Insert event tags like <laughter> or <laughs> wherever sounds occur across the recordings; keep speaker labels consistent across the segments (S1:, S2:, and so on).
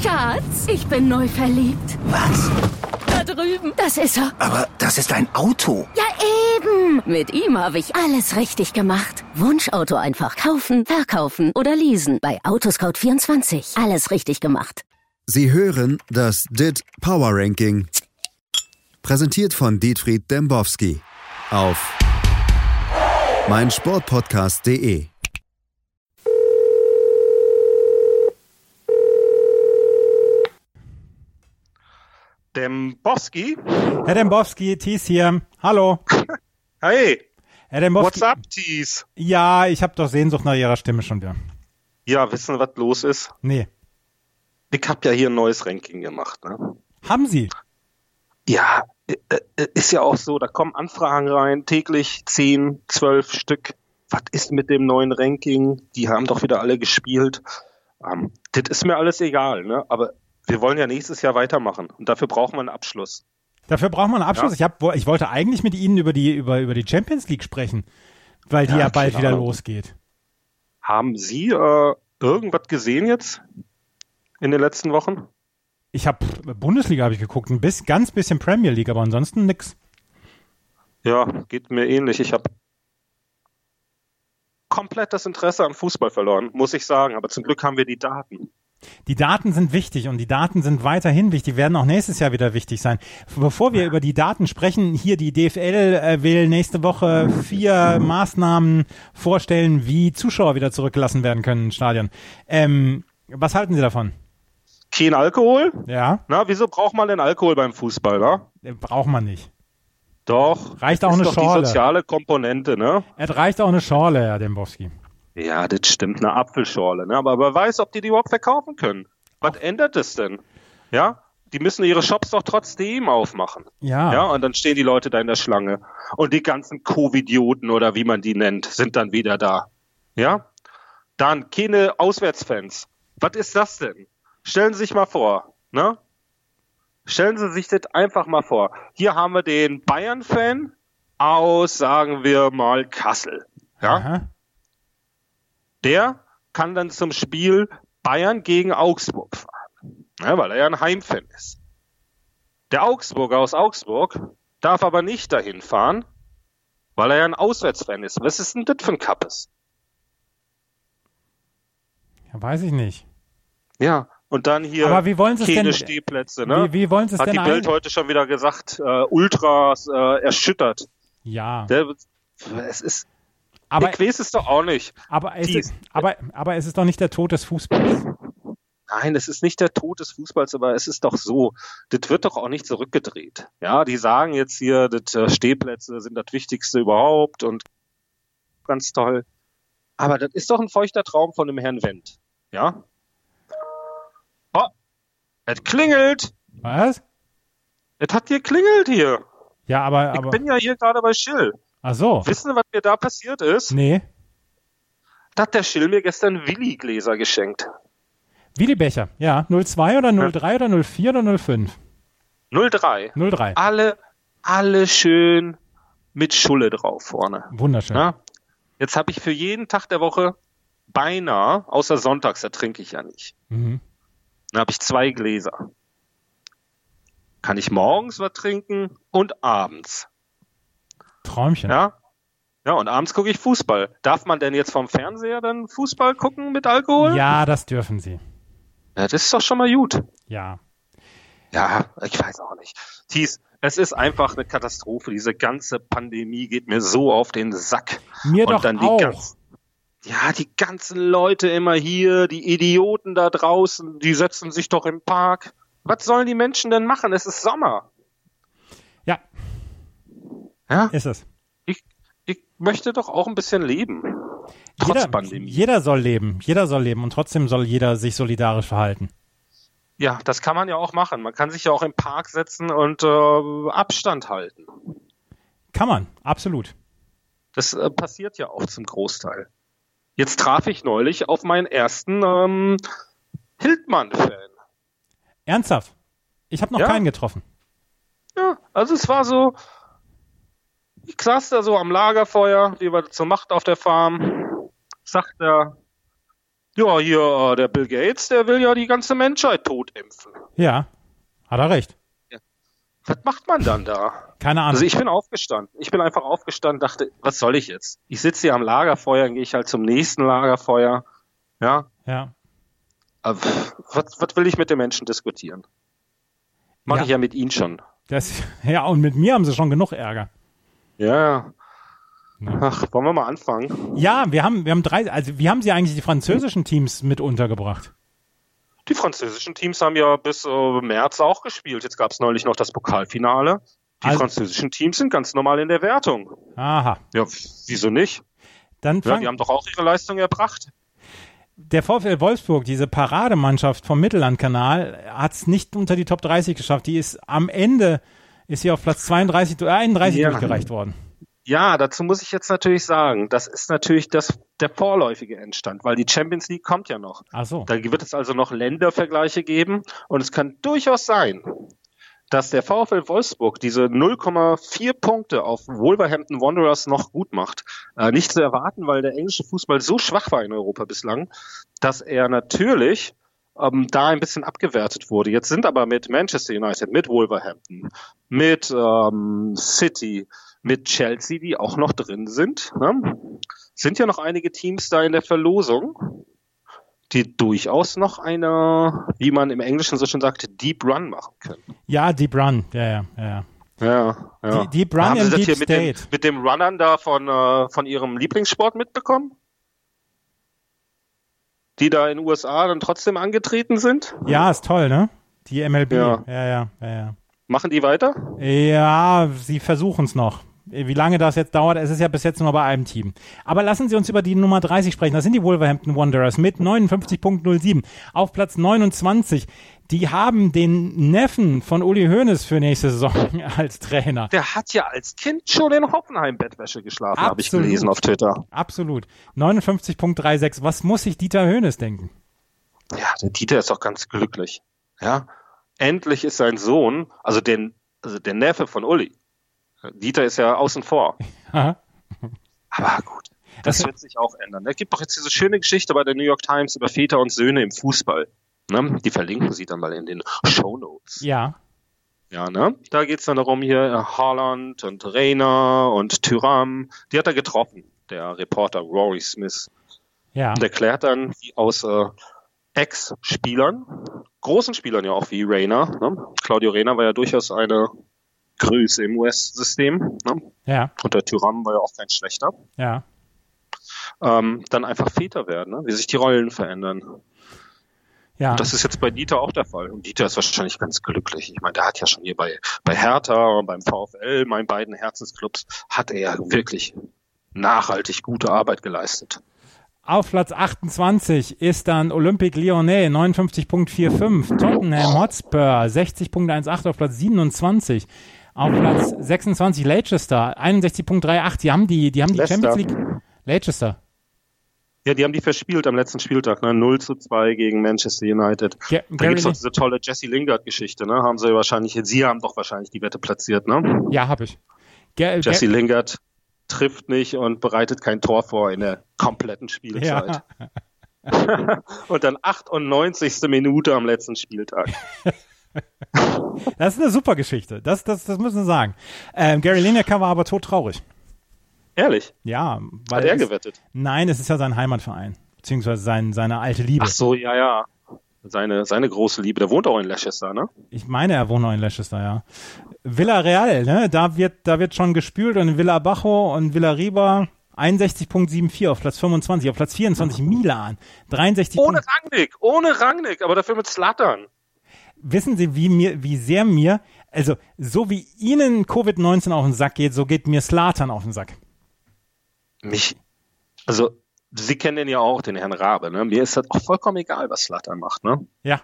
S1: Schatz, ich bin neu verliebt.
S2: Was?
S1: Da drüben. Das ist er.
S2: Aber das ist ein Auto.
S1: Ja, eben. Mit ihm habe ich alles richtig gemacht. Wunschauto einfach kaufen, verkaufen oder leasen. Bei Autoscout24. Alles richtig gemacht.
S3: Sie hören das DIT Power Ranking. Präsentiert von Dietfried Dembowski. Auf meinsportpodcast.de.
S4: Dembowski.
S5: Herr Dembowski, Thies hier. Hallo.
S4: Hey,
S5: Herr Dembowski.
S4: what's up, Tees?
S5: Ja, ich habe doch Sehnsucht nach Ihrer Stimme schon wieder.
S4: Ja, wissen, was los ist?
S5: Nee.
S4: Ich hab ja hier ein neues Ranking gemacht. Ne?
S5: Haben Sie?
S4: Ja, äh, äh, ist ja auch so, da kommen Anfragen rein, täglich 10, 12 Stück. Was ist mit dem neuen Ranking? Die haben doch wieder alle gespielt. Ähm, das ist mir alles egal, ne? aber wir wollen ja nächstes Jahr weitermachen und dafür brauchen wir einen Abschluss.
S5: Dafür braucht man einen Abschluss.
S4: Ja.
S5: Ich, hab, wo- ich wollte eigentlich mit Ihnen über die, über, über die Champions League sprechen, weil die ja,
S4: Ja,
S5: bald
S4: klar.
S5: wieder losgeht.
S4: Haben Sie äh, irgendwas gesehen jetzt in den letzten Wochen?
S5: Ich habe Bundesliga habe ich geguckt, ein bis, ganz bisschen Premier League, aber ansonsten nix.
S4: Ja, geht mir ähnlich. Ich habe komplett das Interesse am Fußball verloren, muss ich sagen. Aber zum Glück haben wir die Daten.
S5: Die Daten sind wichtig und die Daten sind weiterhin wichtig, die werden auch nächstes Jahr wieder wichtig sein. Bevor wir über die Daten sprechen, hier die DFL äh, will nächste Woche vier Maßnahmen vorstellen, wie Zuschauer wieder zurückgelassen werden können im Stadion. Ähm, was halten Sie davon?
S4: Kein Alkohol?
S5: Ja,
S4: Na, wieso braucht man denn Alkohol beim Fußball, ne?
S5: äh, braucht man nicht.
S4: Doch.
S5: Reicht
S4: das
S5: auch
S4: ist
S5: eine
S4: doch
S5: Schorle.
S4: die soziale Komponente, ne?
S5: Es reicht auch eine Schorle, Herr Dembowski.
S4: Ja, das stimmt, eine Apfelschorle, ne? Aber wer weiß, ob die die überhaupt verkaufen können. Was ändert es denn? Ja? Die müssen ihre Shops doch trotzdem aufmachen.
S5: Ja.
S4: Ja, und dann stehen die Leute da in der Schlange. Und die ganzen Covidioten oder wie man die nennt, sind dann wieder da. Ja? Dann keine Auswärtsfans. Was ist das denn? Stellen Sie sich mal vor, ne? Stellen Sie sich das einfach mal vor. Hier haben wir den Bayern-Fan aus, sagen wir mal, Kassel. Ja?
S5: Aha.
S4: der kann dann zum Spiel Bayern gegen Augsburg fahren, ja, weil er ja ein Heimfan ist. Der Augsburger aus Augsburg darf aber nicht dahin fahren, weil er ja ein Auswärtsfan ist. Was ist denn das für ein Kappes?
S5: Ja, weiß ich nicht.
S4: Ja, und dann hier
S5: Aber wie wollen Sie es
S4: keine
S5: denn-
S4: Stehplätze, ne?
S5: Wie, wie wollen Sie es
S4: Hat
S5: denn
S4: die Bild
S5: ein-
S4: heute schon wieder gesagt, äh, Ultras äh, erschüttert.
S5: Ja,
S4: Der, es ist,
S5: aber,
S4: ich weiß es doch auch nicht.
S5: aber, es
S4: die-
S5: ist, aber, aber es ist doch nicht der Tod des Fußballs.
S4: Nein, es ist nicht der Tod des Fußballs, aber es ist doch so. Das wird doch auch nicht zurückgedreht. Ja, die sagen jetzt hier, das äh, Stehplätze sind das Wichtigste überhaupt und ganz toll. Aber das ist doch ein feuchter Traum von dem Herrn Wendt. Ja? Oh, es klingelt.
S5: Was?
S4: Es hat geklingelt hier.
S5: Ja, aber,
S4: Ich
S5: aber,
S4: bin ja hier gerade bei Schill.
S5: ach so.
S4: Wissen Sie, was mir da passiert ist?
S5: Nee.
S4: Da hat der Schill mir gestern Willi-Gläser geschenkt.
S5: Wiedebecher, ja. 02 oder 03 oder 04 oder 05?
S4: 03.
S5: 03.
S4: Alle, alle schön mit Schulle drauf vorne.
S5: Wunderschön.
S4: Na, jetzt habe ich für jeden Tag der Woche beinahe, außer sonntags, da trinke ich ja nicht.
S5: Mhm.
S4: Dann habe ich zwei Gläser. Kann ich morgens was trinken und abends.
S5: Träumchen.
S4: Ja? Ja, und abends gucke ich Fußball. Darf man denn jetzt vom Fernseher dann Fußball gucken mit Alkohol?
S5: Ja, das dürfen sie.
S4: ja das ist doch schon mal gut.
S5: Ja.
S4: Ja, ich weiß auch nicht. Thies, es ist einfach eine Katastrophe. Diese ganze Pandemie geht mir so auf den Sack.
S5: Mir doch auch.
S4: ganzen- ja, die ganzen Leute immer hier, die Idioten da draußen, die setzen sich doch im Park. Was sollen die Menschen denn machen? Es ist Sommer.
S5: Ja,
S4: Ja?
S5: ist es.
S4: Ich, ich möchte doch auch ein bisschen leben. Trotz
S5: Jeder,
S4: Pandemie.
S5: jeder soll leben. Jeder soll leben. Und trotzdem soll jeder sich solidarisch verhalten.
S4: Ja, das kann man ja auch machen. Man kann sich ja auch im Park setzen und äh, Abstand halten.
S5: Kann man. Absolut.
S4: Das äh, passiert ja auch zum Großteil. Jetzt traf ich neulich auf meinen ersten ähm, Hildmann-Fan.
S5: Ernsthaft. Ich habe noch
S4: Ja.
S5: keinen getroffen.
S4: Ja, also es war so, ich saß da so am Lagerfeuer, wie wir das so macht auf der Farm, sagt er, Ja, hier, äh, der Bill Gates, der will ja die ganze Menschheit totimpfen.
S5: Ja, hat er recht.
S4: Was macht man dann da?
S5: Keine Ahnung.
S4: Also ich bin aufgestanden. Ich bin einfach aufgestanden, dachte, was soll ich jetzt? Ich sitze hier am Lagerfeuer, dann gehe ich halt zum nächsten Lagerfeuer. Ja,
S5: ja.
S4: äh, pff, was, was will ich mit den Menschen diskutieren? Mache
S5: Ja.
S4: ich ja mit ihnen schon.
S5: Das, <laughs> ja, und mit mir haben sie schon genug Ärger.
S4: Ja. Ach, wollen wir mal anfangen?
S5: Ja, wir haben, wir haben drei, also wie haben sie eigentlich die französischen Teams mit untergebracht?
S4: Die französischen Teams haben ja bis äh, März auch gespielt. Jetzt gab es neulich noch das Pokalfinale. Die
S5: Also-
S4: französischen Teams sind ganz normal in der Wertung.
S5: Aha.
S4: Ja, wieso nicht?
S5: Dann
S4: Ja,
S5: fang,
S4: die haben doch auch ihre Leistung erbracht.
S5: der VfL Wolfsburg, diese Parademannschaft vom Mittellandkanal, hat es nicht unter die Top 30 geschafft. Die ist am Ende, ist sie auf Platz 32, du- äh, 31
S4: Ja.
S5: durchgereicht worden.
S4: Ja, dazu muss ich jetzt natürlich sagen, das ist natürlich das, der vorläufige Endstand, weil die Champions League kommt ja noch.
S5: Ach so.
S4: Da wird es also noch Ländervergleiche geben und es kann durchaus sein, dass der VfL Wolfsburg diese 0,4 Punkte auf Wolverhampton Wanderers noch gut macht. Äh, nicht zu erwarten, weil der englische Fußball so schwach war in Europa bislang, dass er natürlich ähm, da ein bisschen abgewertet wurde. Jetzt sind aber mit Manchester United, mit Wolverhampton, mit ähm, City, mit Chelsea, die auch noch drin sind, ne? sind ja noch einige Teams da in der Verlosung die durchaus noch eine, wie man im Englischen so schön sagt, Deep Run machen können.
S5: Ja, Deep Run. Ja, ja, ja, ja.
S4: Ja, ja.
S5: Die- Deep Run
S4: Haben Sie
S5: in
S4: das
S5: Deep
S4: hier mit dem,
S5: State.
S4: mit dem Runnern da von, äh, von Ihrem Lieblingssport mitbekommen? Die da in den USA dann trotzdem angetreten sind?
S5: Ja, ist toll, ne? Die MLB.
S4: Ja.
S5: ja, ja, ja.
S4: Machen die weiter?
S5: Ja, ja sie versuchen es noch. Äh, Wie lange das jetzt dauert, es ist ja bis jetzt nur bei einem Team. Aber lassen Sie uns über die Nummer 30 sprechen. Das sind die Wolverhampton Wanderers mit 59.07 auf Platz 29. Die haben den Neffen von Uli Hoeneß für nächste Saison <laughs> als Trainer.
S4: Der hat ja als Kind schon in Hoffenheim Bettwäsche geschlafen, habe ich
S5: Absolut.
S4: gelesen auf Twitter.
S5: Absolut. 59.36. Was muss sich Dieter Hoeneß denken?
S4: Ja, der Dieter ist doch ganz glücklich. Ja, endlich ist sein Sohn, also, den, also der Neffe von Uli. Dieter ist ja außen vor.
S5: Aha.
S4: Aber gut, das
S5: Also-
S4: wird sich auch ändern. Es gibt doch jetzt diese schöne Geschichte bei der New York Times über Väter und Söhne im Fußball. Ne? Die verlinken sie dann mal in den Shownotes. Ja.
S5: Ja.
S4: ja, ne? Da geht's dann darum, hier äh, Haaland und Rainer und Tyram. Die hat er getroffen, der Reporter Rory Smith.
S5: Ja.
S4: Und erklärt dann, wie aus äh, Ex-Spielern, großen Spielern ja auch wie Rainer, ne? Claudio Rainer war ja durchaus eine Größe im US-System. Ne?
S5: Ja.
S4: Und der Tyram war ja auch kein schlechter
S5: Ja.
S4: ähm, dann einfach Väter werden, ne? wie sich die Rollen verändern.
S5: Ja.
S4: Das ist jetzt bei Dieter auch der Fall. Und Dieter ist wahrscheinlich ganz glücklich. Ich meine, der hat ja schon hier bei, bei Hertha und beim VfL, meinen beiden Herzensclubs, hat er ja wirklich nachhaltig gute Arbeit geleistet.
S5: Auf Platz 28 ist dann Olympique Lyonnais 59.45, Tottenham Hotspur 60.18 auf Platz 27. Auf Platz 26 Leicester 61.38. Die haben die, die haben die
S4: Leicester.
S5: Champions League. Leicester.
S4: Ja, die haben die verspielt am letzten Spieltag, ne? 0 zu 2 gegen Manchester United.
S5: Ge-
S4: Da
S5: Gary
S4: gibt's doch
S5: Lineker.
S4: diese tolle Jesse Lingard-Geschichte, ne? Haben sie wahrscheinlich, sie haben doch wahrscheinlich die Wette platziert, ne?
S5: Ja, habe ich. Ge
S4: Jesse
S5: Ge-
S4: Lingard trifft nicht und bereitet kein Tor vor in der kompletten Spielzeit.
S5: ja.
S4: <laughs> Und dann 98. Minute am letzten Spieltag.
S5: Das ist eine super Geschichte. Das, das, das müssen wir sagen. Ähm, Gary Lineker war aber todtraurig.
S4: Ehrlich,
S5: Ja, weil
S4: hat er
S5: es-
S4: gewettet.
S5: Nein, es ist ja sein Heimatverein. Beziehungsweise sein, seine alte Liebe.
S4: Ach so, ja, ja. Seine, seine große Liebe. Der wohnt auch in Leicester, ne?
S5: Ich meine, er wohnt noch in Leicester, ja. Villarreal, ne? Da wird, da wird schon gespült und Villa Bajo und Villa Riba 61.74 auf Platz 25, auf Platz 24 Milan 63.
S4: Oh. Ohne
S5: Punkt-
S4: Rangnick, ohne Rangnick, aber dafür mit Slattern.
S5: Wissen Sie, wie mir, wie sehr mir, also so wie Ihnen Covid-19 auf den Sack geht, so geht mir Slatan auf den Sack.
S4: Mich, also, Sie kennen den ja auch, den Herrn Rabe, ne? Mir ist das auch vollkommen egal, was Slattern macht, ne?
S5: Ja,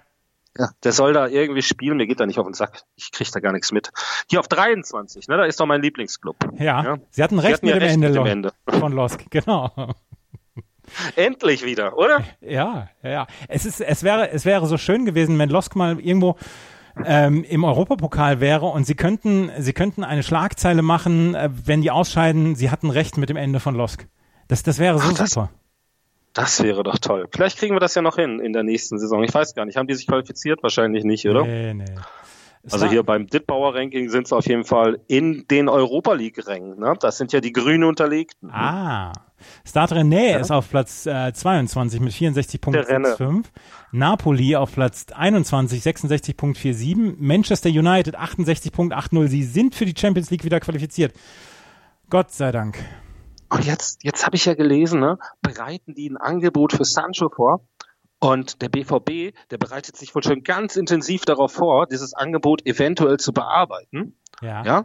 S4: Ja. Der soll da irgendwie spielen, mir geht da nicht auf den Sack. Ich krieg da gar nichts mit. Hier auf 23, ne? Da ist doch mein Lieblingsclub.
S5: ja.
S4: Ja.
S5: Sie hatten recht
S4: hatten
S5: mit
S4: ja
S5: dem
S4: recht
S5: Ende,
S4: mit dem
S5: Lo-
S4: Ende.
S5: von Losk, <laughs> genau.
S4: Endlich wieder, oder?
S5: Ja, ja, ja. Es ist, es wäre, es wäre so schön gewesen, wenn Losk mal irgendwo ähm, im Europapokal wäre und sie könnten, sie könnten eine Schlagzeile machen, äh, wenn die ausscheiden, sie hatten recht mit dem Ende von Losk. Das, das wäre so
S4: Ach, das-
S5: super.
S4: Das wäre doch toll. Vielleicht kriegen wir das ja noch hin in der nächsten Saison. Ich weiß gar nicht. Haben die sich qualifiziert? Wahrscheinlich nicht, oder?
S5: Nee, nee. Es
S4: Also
S5: war-
S4: hier beim Dittbauer Ranking sind sie auf jeden Fall in den Europa League Rängen. Ne? Das sind ja die grünen Unterlegten.
S5: Ah. Start René ist auf Platz äh, 22 mit
S4: Der Renne.
S5: 64.65. Napoli auf Platz 21, 66.47. Manchester United 68.80. Sie sind für die Champions League wieder qualifiziert. Gott sei Dank.
S4: Und jetzt, jetzt habe ich ja gelesen, ne? bereiten die ein Angebot für Sancho vor. Und der BVB, der bereitet sich wohl schon ganz intensiv darauf vor, dieses Angebot eventuell zu bearbeiten.
S5: Ja.
S4: Ja?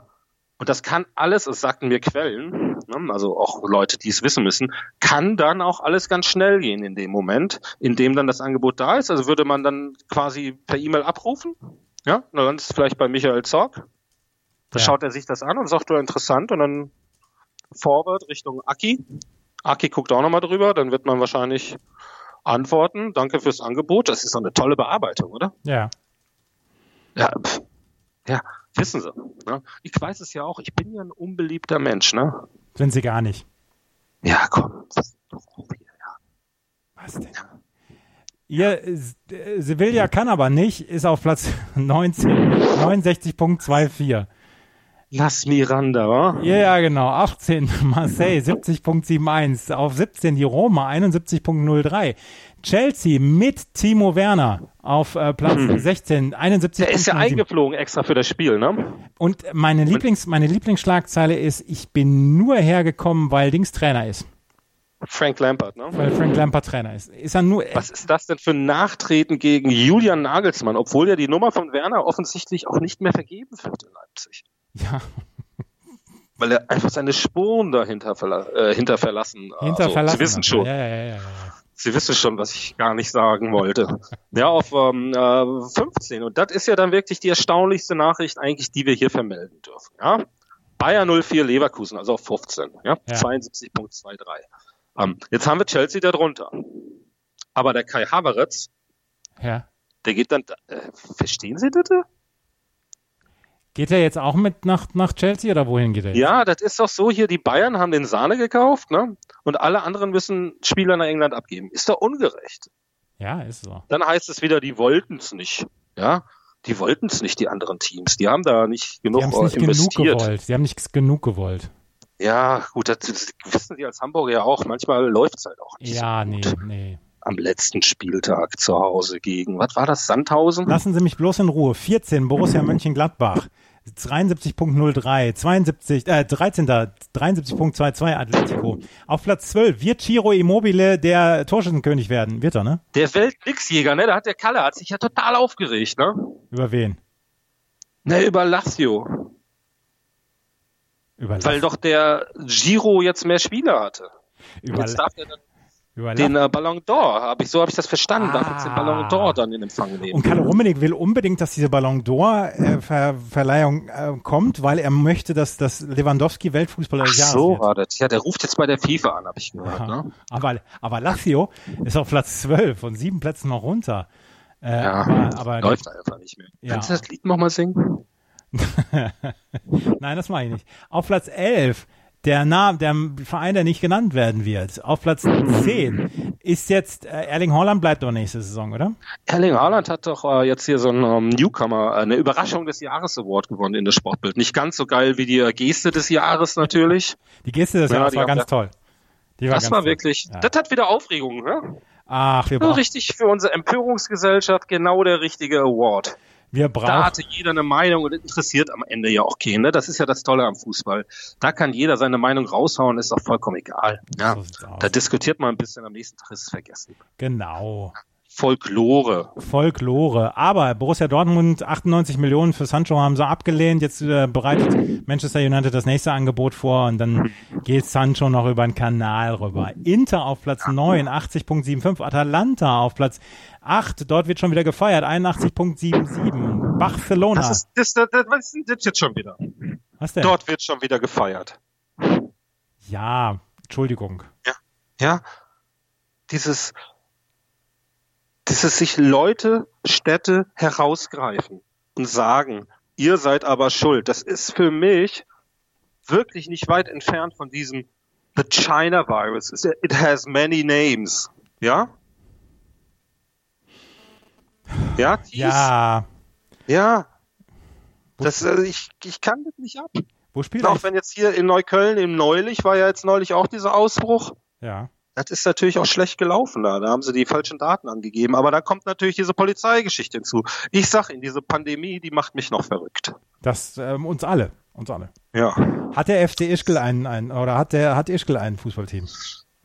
S4: Und das kann alles, es sagten mir Quellen, ne, also auch Leute, die es wissen müssen, kann dann auch alles ganz schnell gehen in dem Moment, in dem dann das Angebot da ist. Also würde man dann quasi per E-Mail abrufen. Ja, na, dann ist es vielleicht bei Michael Zorg. Dann
S5: Ja.
S4: schaut er sich das an und sagt, du interessant, und dann Forward Richtung Aki. Aki guckt auch nochmal drüber, dann wird man wahrscheinlich antworten. Danke fürs Angebot. Das ist doch eine tolle Bearbeitung, oder?
S5: ja.
S4: Ja, pf. ja wissen Sie. Ne? Ich weiß es ja auch, ich bin ja ein unbeliebter Mensch, ne?
S5: Sind sie gar nicht.
S4: Ja, komm.
S5: Was denn? Ihr äh, Sevilla kann aber nicht, ist auf Platz 19, 69.24.
S4: Lass Miranda, wa?
S5: Ja, ja, genau. 18 Marseille 70.71. Auf 17 die Roma 71.03. Chelsea mit Timo Werner auf äh, Platz 16 71.
S4: Hm. Der ist ja eingeflogen extra für das Spiel, ne?
S5: Und meine Lieblings meine Lieblingsschlagzeile ist ich bin nur hergekommen, weil Dings Trainer ist,
S4: Frank Lampard, ne?
S5: weil Frank Lampard Trainer ist. Ist er nur
S4: Was ist das denn für ein Nachtreten gegen Julian Nagelsmann, obwohl ja die Nummer von Werner offensichtlich auch nicht mehr vergeben wird in Leipzig?
S5: ja,
S4: Weil er einfach seine Spuren dahinter verla äh, hinter verlassen.
S5: hinter verlassen.
S4: Also,
S5: ne?
S4: Sie wissen schon.
S5: Ja, ja, ja, ja, ja.
S4: Sie wissen schon, was ich gar nicht sagen wollte. Ja, auf ähm, äh, 15. Und das ist ja dann wirklich die erstaunlichste Nachricht eigentlich, die wir hier vermelden dürfen. Ja? Bayer 04 Leverkusen, also auf 15. Ja?
S5: Ja.
S4: 72.23. Ähm, jetzt haben wir Chelsea da drunter. Aber der Kai Havertz,
S5: ja.
S4: der geht dann, äh, verstehen Sie bitte?
S5: Geht er jetzt auch mit nach nach Chelsea oder wohin geht er? jetzt?
S4: Ja, das ist doch so hier, die Bayern haben den Sahne gekauft, ne? Und alle anderen müssen Spieler nach England abgeben. Ist doch ungerecht.
S5: Ja, ist so.
S4: dann heißt es wieder, die wollten es nicht. Ja, die wollten es nicht, die anderen Teams. Die haben da nicht
S5: Sie
S4: genug
S5: haben es nicht
S4: äh,
S5: genug
S4: investiert.
S5: gewollt. Sie haben nicht genug gewollt.
S4: ja, gut, das, das wissen sie als Hamburger ja auch. Manchmal läuft es halt auch nicht.
S5: Ja,
S4: so
S5: nee,
S4: gut.
S5: nee.
S4: Am letzten Spieltag zu Hause gegen, was war das, Sandhausen?
S5: Lassen Sie mich bloß in Ruhe. 14,
S4: <clears throat>
S5: Borussia Mönchengladbach. 73.03, 72, äh, 13. 73.22 Atletico. Auf Platz 12 wird Ciro Immobile der Torschützenkönig werden. Wird er, ne?
S4: Der Weltnixjäger, ne? Da hat der Kalle, hat sich ja total aufgeregt, ne?
S5: Über wen?
S4: Ne, über Lazio.
S5: Über,
S4: Weil doch der Giro jetzt mehr Spieler hatte.
S5: über,
S4: Jetzt darf er dann
S5: über
S4: den äh, Ballon d'Or, hab ich, so habe ich das verstanden, darf jetzt den
S5: Ah.
S4: Ballon d'Or dann in Empfang nehmen.
S5: Und Karl Rummenigge will unbedingt, dass diese Ballon d'Or-Verleihung äh, kommt, weil er möchte, dass, dass Lewandowski Weltfußballer
S4: Ach
S5: des Jahres
S4: so
S5: wird.
S4: war das. Ja, der ruft jetzt bei der FIFA an, habe ich gehört.
S5: Ja.
S4: Ne?
S5: Aber, aber Lazio ist auf Platz 12 von sieben Plätzen noch runter. Äh,
S4: Ja,
S5: aber, aber
S4: läuft einfach nicht mehr.
S5: Ja.
S4: Kannst du das Lied nochmal singen?
S5: <laughs> Nein, das mache ich nicht. Auf Platz 11, der Name, der Verein, der nicht genannt werden wird. Auf Platz 10 ist jetzt, äh, Erling Haaland bleibt doch nächste Saison, oder?
S4: Erling Haaland hat doch äh, jetzt hier so einen ähm, Newcomer, äh, eine Überraschung des Jahres Award gewonnen in der Sportbild. Nicht ganz so geil wie die äh, Geste des Jahres natürlich.
S5: Die Geste des
S4: Ja,
S5: Jahres
S4: die
S5: war
S4: haben
S5: ganz
S4: da-
S5: toll. Die
S4: Das
S5: ganz
S4: war
S5: toll.
S4: wirklich,
S5: Ja.
S4: das hat wieder Aufregung. Ne?
S5: Ach, wir,
S4: So
S5: brauch,
S4: richtig für unsere Empörungsgesellschaft genau der richtige Award.
S5: wir
S4: Da
S5: brauchen.
S4: hatte jeder eine Meinung und das interessiert am Ende ja auch keinen. Ne? Das ist ja das Tolle am Fußball. Da kann jeder seine Meinung raushauen, ist auch vollkommen egal. Ja.
S5: So sieht's aus.
S4: da diskutiert man ein bisschen, am nächsten Tag ist es vergessen.
S5: Genau.
S4: Folklore.
S5: Folklore. Aber Borussia Dortmund 98 Millionen für Sancho haben sie abgelehnt. Jetzt äh, bereitet Manchester United das nächste Angebot vor und dann geht Sancho noch über den Kanal rüber. Inter auf Platz 9, 80.75. Atalanta auf Platz 8. Dort wird schon wieder gefeiert, 81.77. Barcelona.
S4: Das ist, das, das, das, was ist denn das jetzt schon wieder?
S5: Was denn?
S4: Dort wird schon wieder gefeiert.
S5: Ja, Entschuldigung.
S4: Ja? Dieses, dieses sich Leute, Städte herausgreifen und sagen, ihr seid aber schuld. Das ist für mich wirklich nicht weit entfernt von diesem The China Virus. It has many names. Ja? Ja, Thies?
S5: Ja.
S4: Ja. Das, also ich, ich kann das nicht ab.
S5: Wo spielt
S4: Auch
S5: er?
S4: wenn jetzt hier in Neukölln im Neulich war ja jetzt neulich auch dieser Ausbruch.
S5: Ja.
S4: Das ist natürlich auch schlecht gelaufen da. Da haben sie die falschen Daten angegeben. Aber da kommt natürlich diese Polizeigeschichte hinzu. Ich sag Ihnen, diese Pandemie, die macht mich noch verrückt.
S5: Das ähm, uns alle. Uns alle.
S4: Ja.
S5: Hat der FC Ischgl einen, einen oder hat der hat Ischgl ein Fußballteam?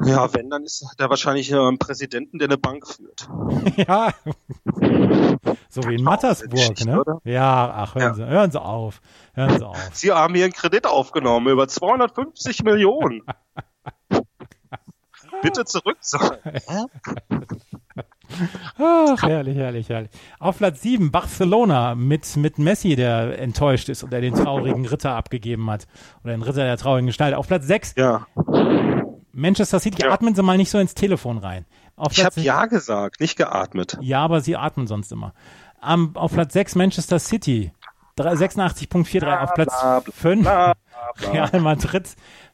S4: Ja, wenn, dann ist da wahrscheinlich äh, ein Präsidenten, der eine Bank führt.
S5: <laughs> ja. So wie in Mattersburg,
S4: Geschichte,
S5: ne?
S4: oder?
S5: Ja, ach, hören,
S4: Ja.
S5: Sie, hören Sie auf. Hören Sie auf.
S4: Sie haben hier einen Kredit aufgenommen über 250 <laughs> Millionen. Bitte zurückzahlen.
S5: Ach, herrlich, herrlich, herrlich. Auf Platz 7 Barcelona mit, mit Messi, der enttäuscht ist und der den traurigen Ritter abgegeben hat. Oder den Ritter der traurigen Gestalt. Auf Platz 6
S4: Ja,
S5: Manchester City,
S4: Ja.
S5: atmen Sie mal nicht so ins Telefon rein. Auf
S4: ich
S5: Platz
S4: habe ja gesagt, nicht geatmet.
S5: Ja, aber sie atmen sonst immer. Am, auf Platz 6 Manchester City. Drei- 86.43 auf Platz
S4: Bla, bla,
S5: 5
S4: bla,
S5: Real Madrid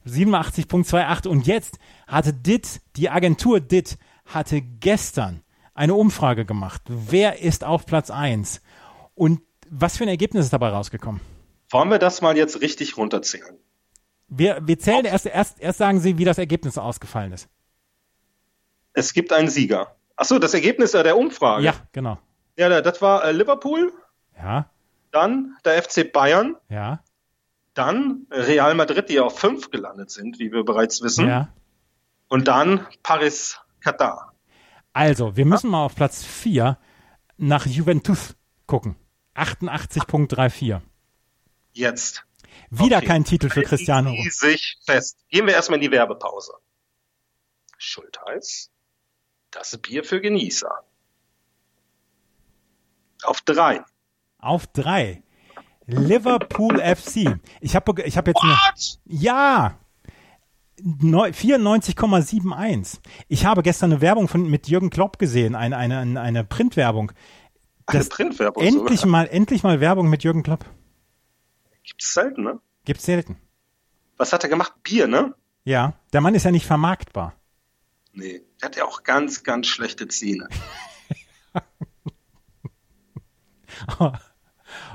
S5: 87.28 und jetzt hatte DIT, die Agentur DIT, hatte gestern eine Umfrage gemacht. Wer ist auf Platz 1? Und was für ein Ergebnis ist dabei rausgekommen?
S4: Wollen wir das mal jetzt richtig runterzählen?
S5: Wir, wir zählen erst, erst, erst sagen sie, wie das Ergebnis ausgefallen ist.
S4: Es gibt einen Sieger. Achso, das Ergebnis äh, der Umfrage.
S5: Ja, genau.
S4: ja da- das war äh, Liverpool,
S5: Ja,
S4: dann der FC Bayern,
S5: ja,
S4: dann Real Madrid, die auf 5 gelandet sind, wie wir bereits wissen,
S5: ja.
S4: und dann Paris, Katar.
S5: Also, wir müssen mal auf Platz 4 nach Juventus gucken. 88.34.
S4: Jetzt.
S5: Wieder
S4: Okay.
S5: kein Titel für Cristiano.
S4: Riesig fest. Gehen wir erstmal in die Werbepause. Schultheiß, das Bier für Genießer. Auf drei.
S5: Auf 3. Liverpool FC. Ich habe ich hab jetzt eine,
S4: What?
S5: Ja! Neu- 94,71. Ich habe gestern eine Werbung von, mit Jürgen Klopp gesehen, eine, eine, eine Printwerbung.
S4: Eine
S5: Das
S4: Printwerbung.
S5: endlich
S4: sogar.
S5: mal, endlich mal Werbung mit Jürgen Klopp.
S4: Gibt's selten, ne?
S5: Gibt's selten.
S4: Was hat er gemacht? Bier, ne?
S5: Ja, der Mann ist ja nicht vermarktbar.
S4: Nee, der hat ja auch ganz, ganz schlechte Zähne.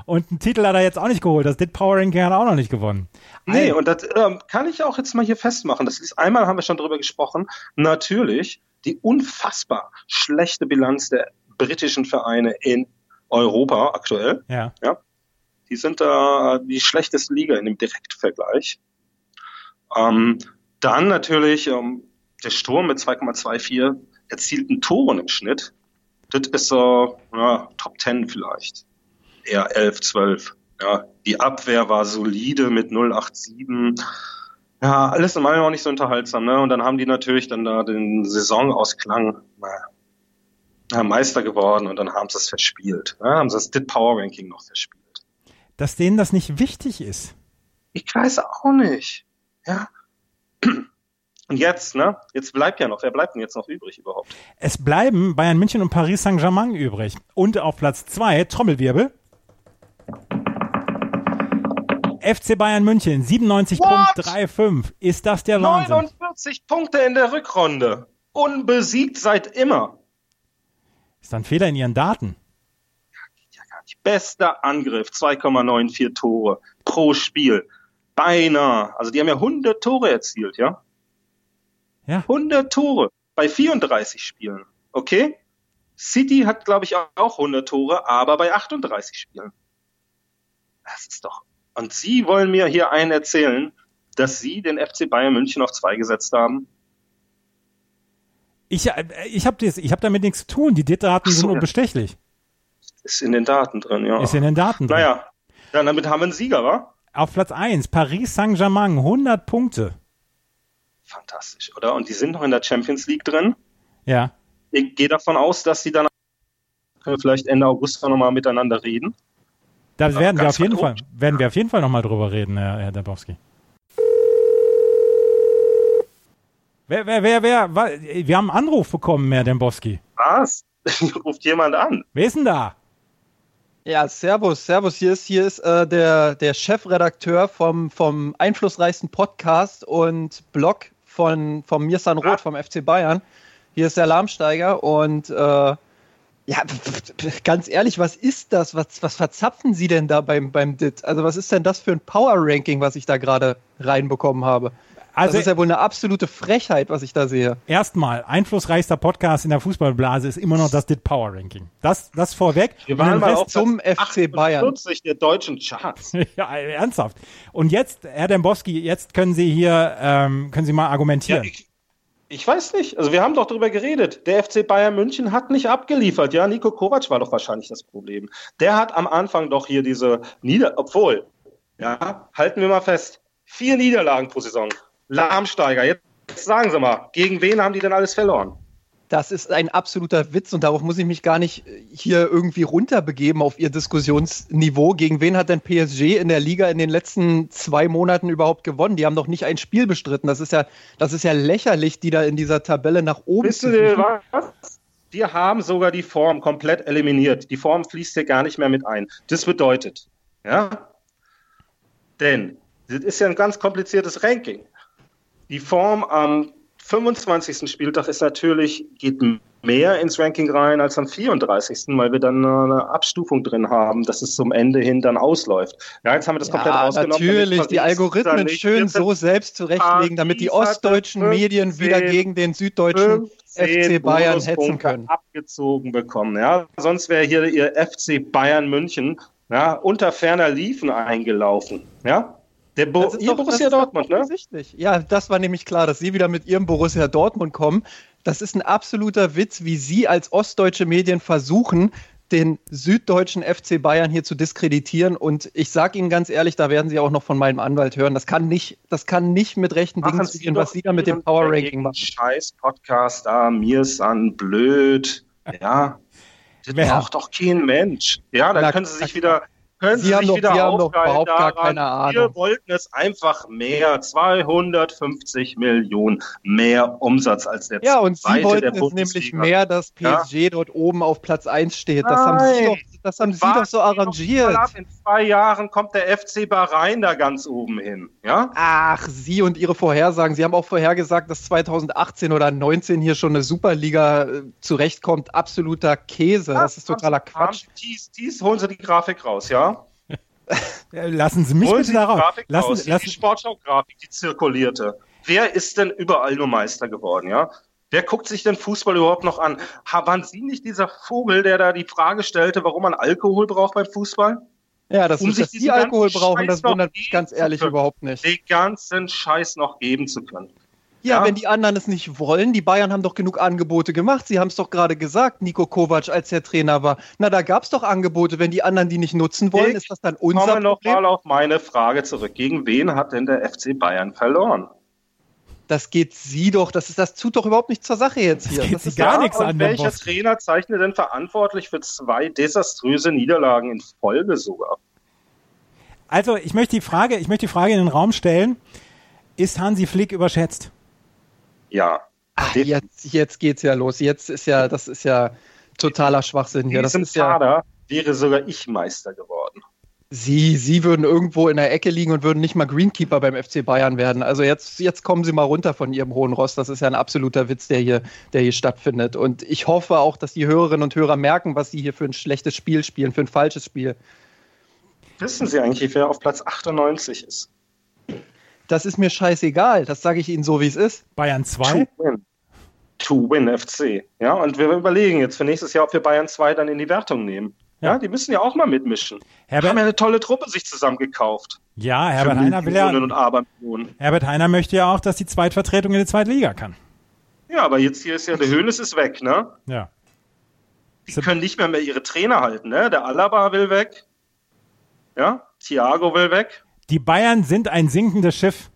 S5: Und einen Titel hat er jetzt auch nicht geholt. Das Did Power Ranking hat er auch noch nicht gewonnen.
S4: Nee, und das ähm, kann ich auch jetzt mal hier festmachen. Das ist einmal haben wir schon drüber gesprochen. Natürlich die unfassbar schlechte Bilanz der britischen Vereine in Europa aktuell.
S5: Ja.
S4: Die sind da die schlechteste Liga in dem Direktvergleich. Ähm, dann natürlich ähm, der Sturm mit 2,24 erzielten Toren im Schnitt. Das ist äh, ja, Top 10 vielleicht. Eher 11, 12. Ja, die Abwehr war solide mit 0,87. Ja, alles in allem auch nicht so unterhaltsam. Ne? Und dann haben die natürlich dann da den Saisonausklang na, ja, Meister geworden und dann haben sie es verspielt. Ja, haben sie das Dit Power Ranking noch verspielt.
S5: Dass denen das nicht wichtig ist.
S4: Ich weiß auch nicht. Ja. Und jetzt, ne? Jetzt bleibt ja noch. Wer bleibt denn jetzt noch übrig überhaupt?
S5: Es bleiben Bayern München und Paris Saint-Germain übrig. Und auf Platz 2, Trommelwirbel. FC Bayern München 97.35. Ist das der Wahnsinn?
S4: 49 Punkte in der Rückrunde. Unbesiegt seit immer.
S5: Ist da ein Fehler in ihren Daten?
S4: Bester Angriff, 2,94 Tore pro Spiel. Beinahe. Also die haben ja 100 Tore erzielt, ja?
S5: Ja.
S4: 100 Tore bei 34 Spielen. Okay? City hat, glaube ich, auch 100 Tore, aber bei 38 Spielen. Das ist doch. Und Sie wollen mir hier einen erzählen, dass Sie den FC Bayern München auf zwei gesetzt haben?
S5: Ich, äh, ich habe hab damit nichts zu tun. Die Daten
S4: Ach so,
S5: sind
S4: ja.
S5: unbestechlich.
S4: Ist in den Daten drin, ja.
S5: Ist in den Daten drin.
S4: naja, dann damit haben wir einen Sieger, wa?
S5: Auf Platz 1, Paris Saint-Germain 100 Punkte.
S4: Fantastisch, oder? Und die sind noch in der Champions League drin.
S5: Ja.
S4: Ich gehe davon aus, dass sie dann können wir vielleicht Ende August nochmal miteinander reden.
S5: Da werden wir,
S4: ganz
S5: auf jeden Fall,
S4: verrückt.
S5: werden wir auf jeden Fall nochmal drüber reden, Herr, Herr Dabowski. Wer, wer, wer, wer, wa- wir haben einen Anruf bekommen, Herr Dembowski.
S4: Was? <laughs> Ruft jemand an.
S5: Wer ist denn da?
S6: Ja, servus, servus. Hier ist, hier ist äh, der, der Chefredakteur vom, vom einflussreichsten Podcast und Blog von, von Mirsan Roth vom FC Bayern. Hier ist der Alarmsteiger und äh, ja, ganz ehrlich, was ist das? Was, was verzapfen Sie denn da beim, beim DIT? Also, was ist denn das für ein Power-Ranking, was ich da gerade reinbekommen habe?
S5: Also
S6: das ist ja wohl eine absolute Frechheit, was ich da sehe.
S5: erstmal, einflussreichster Podcast in der Fußballblase ist immer noch das DIT Power Ranking. Das, das vorweg.
S4: Wir
S5: Und
S4: waren
S5: den
S4: mal
S5: Rest-
S4: auf
S6: zum
S4: Platz
S6: FC Bayern.
S4: 48 der deutschen Charts.
S5: <laughs> ja, ernsthaft. Und jetzt, Herr Dembowski, jetzt können Sie hier, ähm, können Sie mal argumentieren.
S4: ich, ich weiß nicht. Also wir haben doch darüber geredet. Der FC Bayern München hat nicht abgeliefert. Ja, Nico Kovac war doch wahrscheinlich das Problem. Der hat am Anfang doch hier diese Nieder... Obwohl, ja, halten wir mal fest. Vier Niederlagen pro Saison. Lahmsteiger. Jetzt sagen Sie mal, gegen wen haben die denn alles verloren?
S6: Das ist ein absoluter Witz und darauf muss ich mich gar nicht äh, hier irgendwie runterbegeben auf ihr Diskussionsniveau. Gegen wen hat denn PSG in der Liga in den letzten zwei Monaten überhaupt gewonnen? Die haben doch nicht ein Spiel bestritten. Das ist ja, das ist ja lächerlich, die da in dieser Tabelle nach oben
S4: Wissen Sie
S6: kriechen.
S4: was? Wir haben sogar die Form komplett eliminiert. Die Form fließt hier gar nicht mehr mit ein. Das bedeutet, ja, denn das ist ja ein ganz kompliziertes Ranking. Die Form am 25. Spieltag ist natürlich, geht mehr ins Ranking rein als am 34., weil wir dann eine Abstufung drin haben, dass es zum Ende hin dann ausläuft. Ja, jetzt haben wir das komplett
S6: Ja,
S4: ausgenommen.
S6: natürlich,
S4: damit
S6: die
S4: Paris dann
S6: Algorithmen
S4: nicht
S6: schön
S4: 14
S6: so selbst zurechtlegen, damit die
S4: Paris hatte
S6: ostdeutschen Medien wieder
S4: 15,
S6: gegen den süddeutschen
S4: 15
S6: FC Bayern
S4: Bonuspunkte
S6: hetzen können.
S4: abgezogen bekommen. Ja? Sonst wäre hier ihr FC Bayern München ja, unter ferner Liefen eingelaufen. Ja? Der Bo
S6: Das ist
S4: ihr
S6: doch-
S4: Borussia
S6: das ist doch
S4: Dortmund, ne?
S6: offensichtlich. Ja, das war nämlich klar, dass Sie wieder mit Ihrem Borussia Dortmund kommen. Das ist ein absoluter Witz, wie Sie als ostdeutsche Medien versuchen, den süddeutschen FC Bayern hier zu diskreditieren. Und ich sage Ihnen ganz ehrlich, da werden Sie auch noch von meinem Anwalt hören. Das kann nicht, das kann nicht mit rechten Dingen
S4: Machen's
S6: passieren,
S4: doch
S6: was Sie da mit dem
S4: irgendeinen
S6: Power Ranking machen.
S4: Scheiß Podcast da, mir ist an blöd. Ja. Das
S5: Wer-
S4: braucht doch kein Mensch. Ja, dann
S6: Na,
S4: können sie sich
S6: na,
S4: wieder. Können
S6: Sie
S4: Sie,
S6: haben
S4: sich
S6: doch-
S4: wieder
S6: Sie haben doch
S4: aufgeilen
S6: überhaupt gar keine Ahnung.
S4: Wir wollten es einfach mehr. 250 Millionen mehr Umsatz als der
S6: Ja, und Sie
S4: zweite
S6: wollten
S4: der
S6: es nämlich
S4: Bundesliga.
S6: mehr, dass
S4: Ja.
S6: PSG dort oben auf Platz 1 steht. Das haben Sie
S4: Nein.
S6: doch, das haben Sie doch
S4: Warten
S6: so
S4: Sie doch mal
S6: arrangiert.
S4: ab. In zwei Jahren kommt der FC Bahrain da ganz oben hin. Ja?
S6: Ach, Sie und Ihre Vorhersagen. Sie haben auch vorhergesagt, dass 2018 oder 19 hier schon eine Superliga äh, zurechtkommt. Absoluter Käse. Das ist totaler Quatsch.
S4: Dies, dies holen Sie die Grafik raus, ja?
S5: Äh, Lassen Sie mich
S4: Holen
S5: bitte
S4: Sie die
S5: darauf.
S4: Grafik
S5: Lassen,
S4: raus, die- die
S5: lassen,
S4: Sportschau-Grafik, die zirkulierte. Wer ist denn überall nur Meister geworden, ja? Wer guckt sich denn Fußball überhaupt noch an? Ha, waren Sie nicht dieser Vogel, der da die Frage stellte, warum man Alkohol braucht beim Fußball?
S6: Ja, das
S4: Um
S6: ist,
S4: sich
S6: dass Sie
S4: diesen
S6: Alkohol
S4: ganzen
S6: brauchen,
S4: Scheiß
S6: das
S4: noch
S6: wundert mich
S4: geben
S6: ganz
S4: zu
S6: ehrlich
S4: können.
S6: überhaupt nicht.
S4: Den ganzen Scheiß noch geben zu können.
S6: Ja,
S4: Ja.
S6: wenn die anderen es nicht wollen, die Bayern haben doch genug Angebote gemacht. Sie haben es doch gerade gesagt, Nico Kovac, als er Trainer war. Na, da gab es doch Angebote. Wenn die anderen die nicht nutzen wollen,
S4: Ich
S6: ist das dann
S4: Ich
S6: unser
S4: komme noch
S6: Problem.
S4: mal auf meine Frage zurück. Gegen wen hat denn der FC Bayern verloren?
S6: Das geht Sie doch. Das, ist, das tut doch überhaupt nichts zur Sache jetzt hier.
S5: geht
S6: Das
S5: Sie
S6: ist
S5: gar
S6: doch-
S5: nichts
S4: und
S5: an,
S4: Welcher
S5: Boss.
S4: Trainer zeichnet denn verantwortlich für zwei desaströse Niederlagen in Folge sogar?
S5: also ich möchte die Frage, ich möchte die Frage in den Raum stellen. Ist Hansi Flick überschätzt?
S4: Ja.
S6: Ach,
S4: Den-
S6: jetzt, jetzt geht's ja los. Jetzt ist ja, das ist ja totaler Schwachsinn hier.
S4: In
S6: Das
S4: diesem
S6: ist ja,
S4: Kader wäre sogar ich Meister geworden.
S6: sie, sie würden irgendwo in der Ecke liegen und würden nicht mal Greenkeeper beim FC Bayern werden. Also jetzt, jetzt kommen sie mal runter von ihrem hohen Ross. Das ist ja ein absoluter Witz, der hier, der hier stattfindet. Und ich hoffe auch, dass die Hörerinnen und Hörer merken, was sie hier für ein schlechtes Spiel spielen, für ein falsches Spiel.
S4: Wissen Sie eigentlich, wer auf Platz 98 ist?
S6: Das ist mir scheißegal. Das sage ich Ihnen so, wie es ist.
S5: Bayern 2?
S4: To win. To win FC. Ja, und wir überlegen jetzt für nächstes Jahr, ob wir Bayern 2 dann in die Wertung nehmen. Ja,
S5: Ja.
S4: die müssen ja auch mal mitmischen.
S5: Herbert-
S4: Haben ja eine tolle Truppe sich zusammengekauft.
S5: Ja,
S4: Für
S5: Herbert Heiner will
S4: Millionen
S5: ja,
S4: und Abermillionen.
S5: Herbert Heiner möchte ja auch, dass die Zweitvertretung in die Zweitliga kann.
S4: Ja, aber jetzt hier ist ja, der Höhnes ist weg, ne?
S5: Ja.
S4: Die
S5: Sind-
S4: können nicht mehr, mehr ihre Trainer halten, ne? Der Alaba will weg. Ja, Thiago will weg.
S5: Die Bayern sind ein sinkendes Schiff.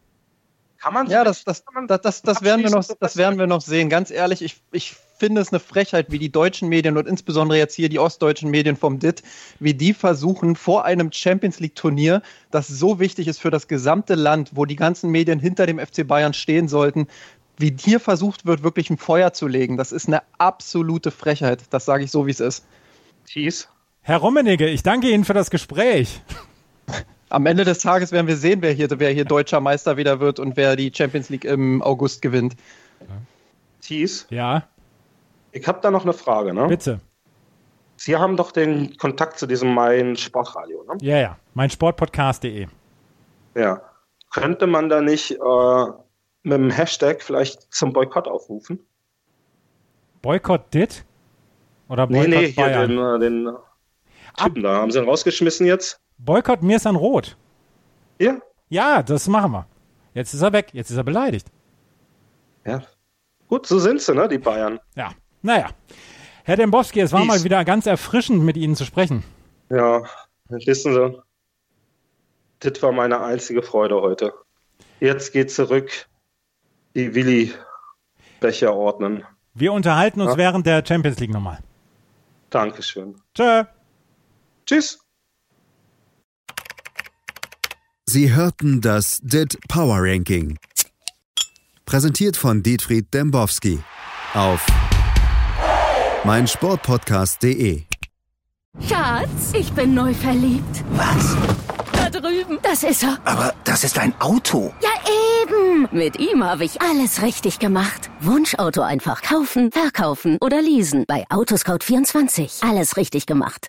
S4: Kann man
S6: Ja, das, das,
S4: kann man
S6: das, das, das, werden wir noch,
S4: abschließend
S6: das werden wir noch sehen. Ganz ehrlich, ich, ich finde es eine Frechheit, wie die deutschen Medien und insbesondere jetzt hier die ostdeutschen Medien vom DIT, wie die versuchen, vor einem Champions League-Turnier, das so wichtig ist für das gesamte Land, wo die ganzen Medien hinter dem FC Bayern stehen sollten, wie hier versucht wird, wirklich ein Feuer zu legen. Das ist eine absolute Frechheit. Das sage ich so, wie es ist.
S4: Thies.
S5: Herr Rummenigge, ich danke Ihnen für das Gespräch.
S6: Am Ende des Tages werden wir sehen, wer hier, wer hier deutscher Meister wieder wird und wer die Champions League im August gewinnt.
S4: Thies.
S5: Ja.
S4: Ich habe da noch eine Frage. Ne?
S5: Bitte.
S4: Sie haben doch den Kontakt zu diesem mein Sportradio. Ne?
S5: Ja, ja. Mein Sportpodcast.de.
S4: Ja. Könnte man da nicht äh, mit dem Hashtag vielleicht zum Boykott aufrufen?
S5: Boykott dit? Oder
S4: Nee,
S5: Boykott
S4: nee, hier
S5: Bayern?
S4: den, äh, den Typen da. Haben sie ihn rausgeschmissen jetzt?
S5: Boykott mir ist an Rot.
S4: Ja.
S5: Ja, das machen wir. Jetzt ist er weg. Jetzt ist er beleidigt.
S4: Ja. Gut, so sind sie, ne, die Bayern.
S5: Ja. Naja. Herr Dembowski, es war
S4: Dies.
S5: mal wieder ganz erfrischend, mit Ihnen zu sprechen.
S4: Ja, wissen Sie, das war meine einzige Freude heute. Jetzt geht zurück, die Willi-Becher ordnen.
S5: Wir unterhalten uns
S4: Ja.
S5: während der Champions League nochmal.
S4: Dankeschön.
S5: Tschö.
S4: Tschüss.
S3: Sie hörten das DIT Power Ranking. Präsentiert von Dietfried Dembowski auf meinsportpodcast.de.
S1: Schatz, ich bin neu verliebt.
S2: Was?
S1: Da drüben. Das ist er.
S2: Aber das ist ein Auto.
S1: Ja, eben. Mit ihm habe ich alles richtig gemacht. Wunschauto einfach kaufen, verkaufen oder leasen. Bei Autoscout24. Alles richtig gemacht.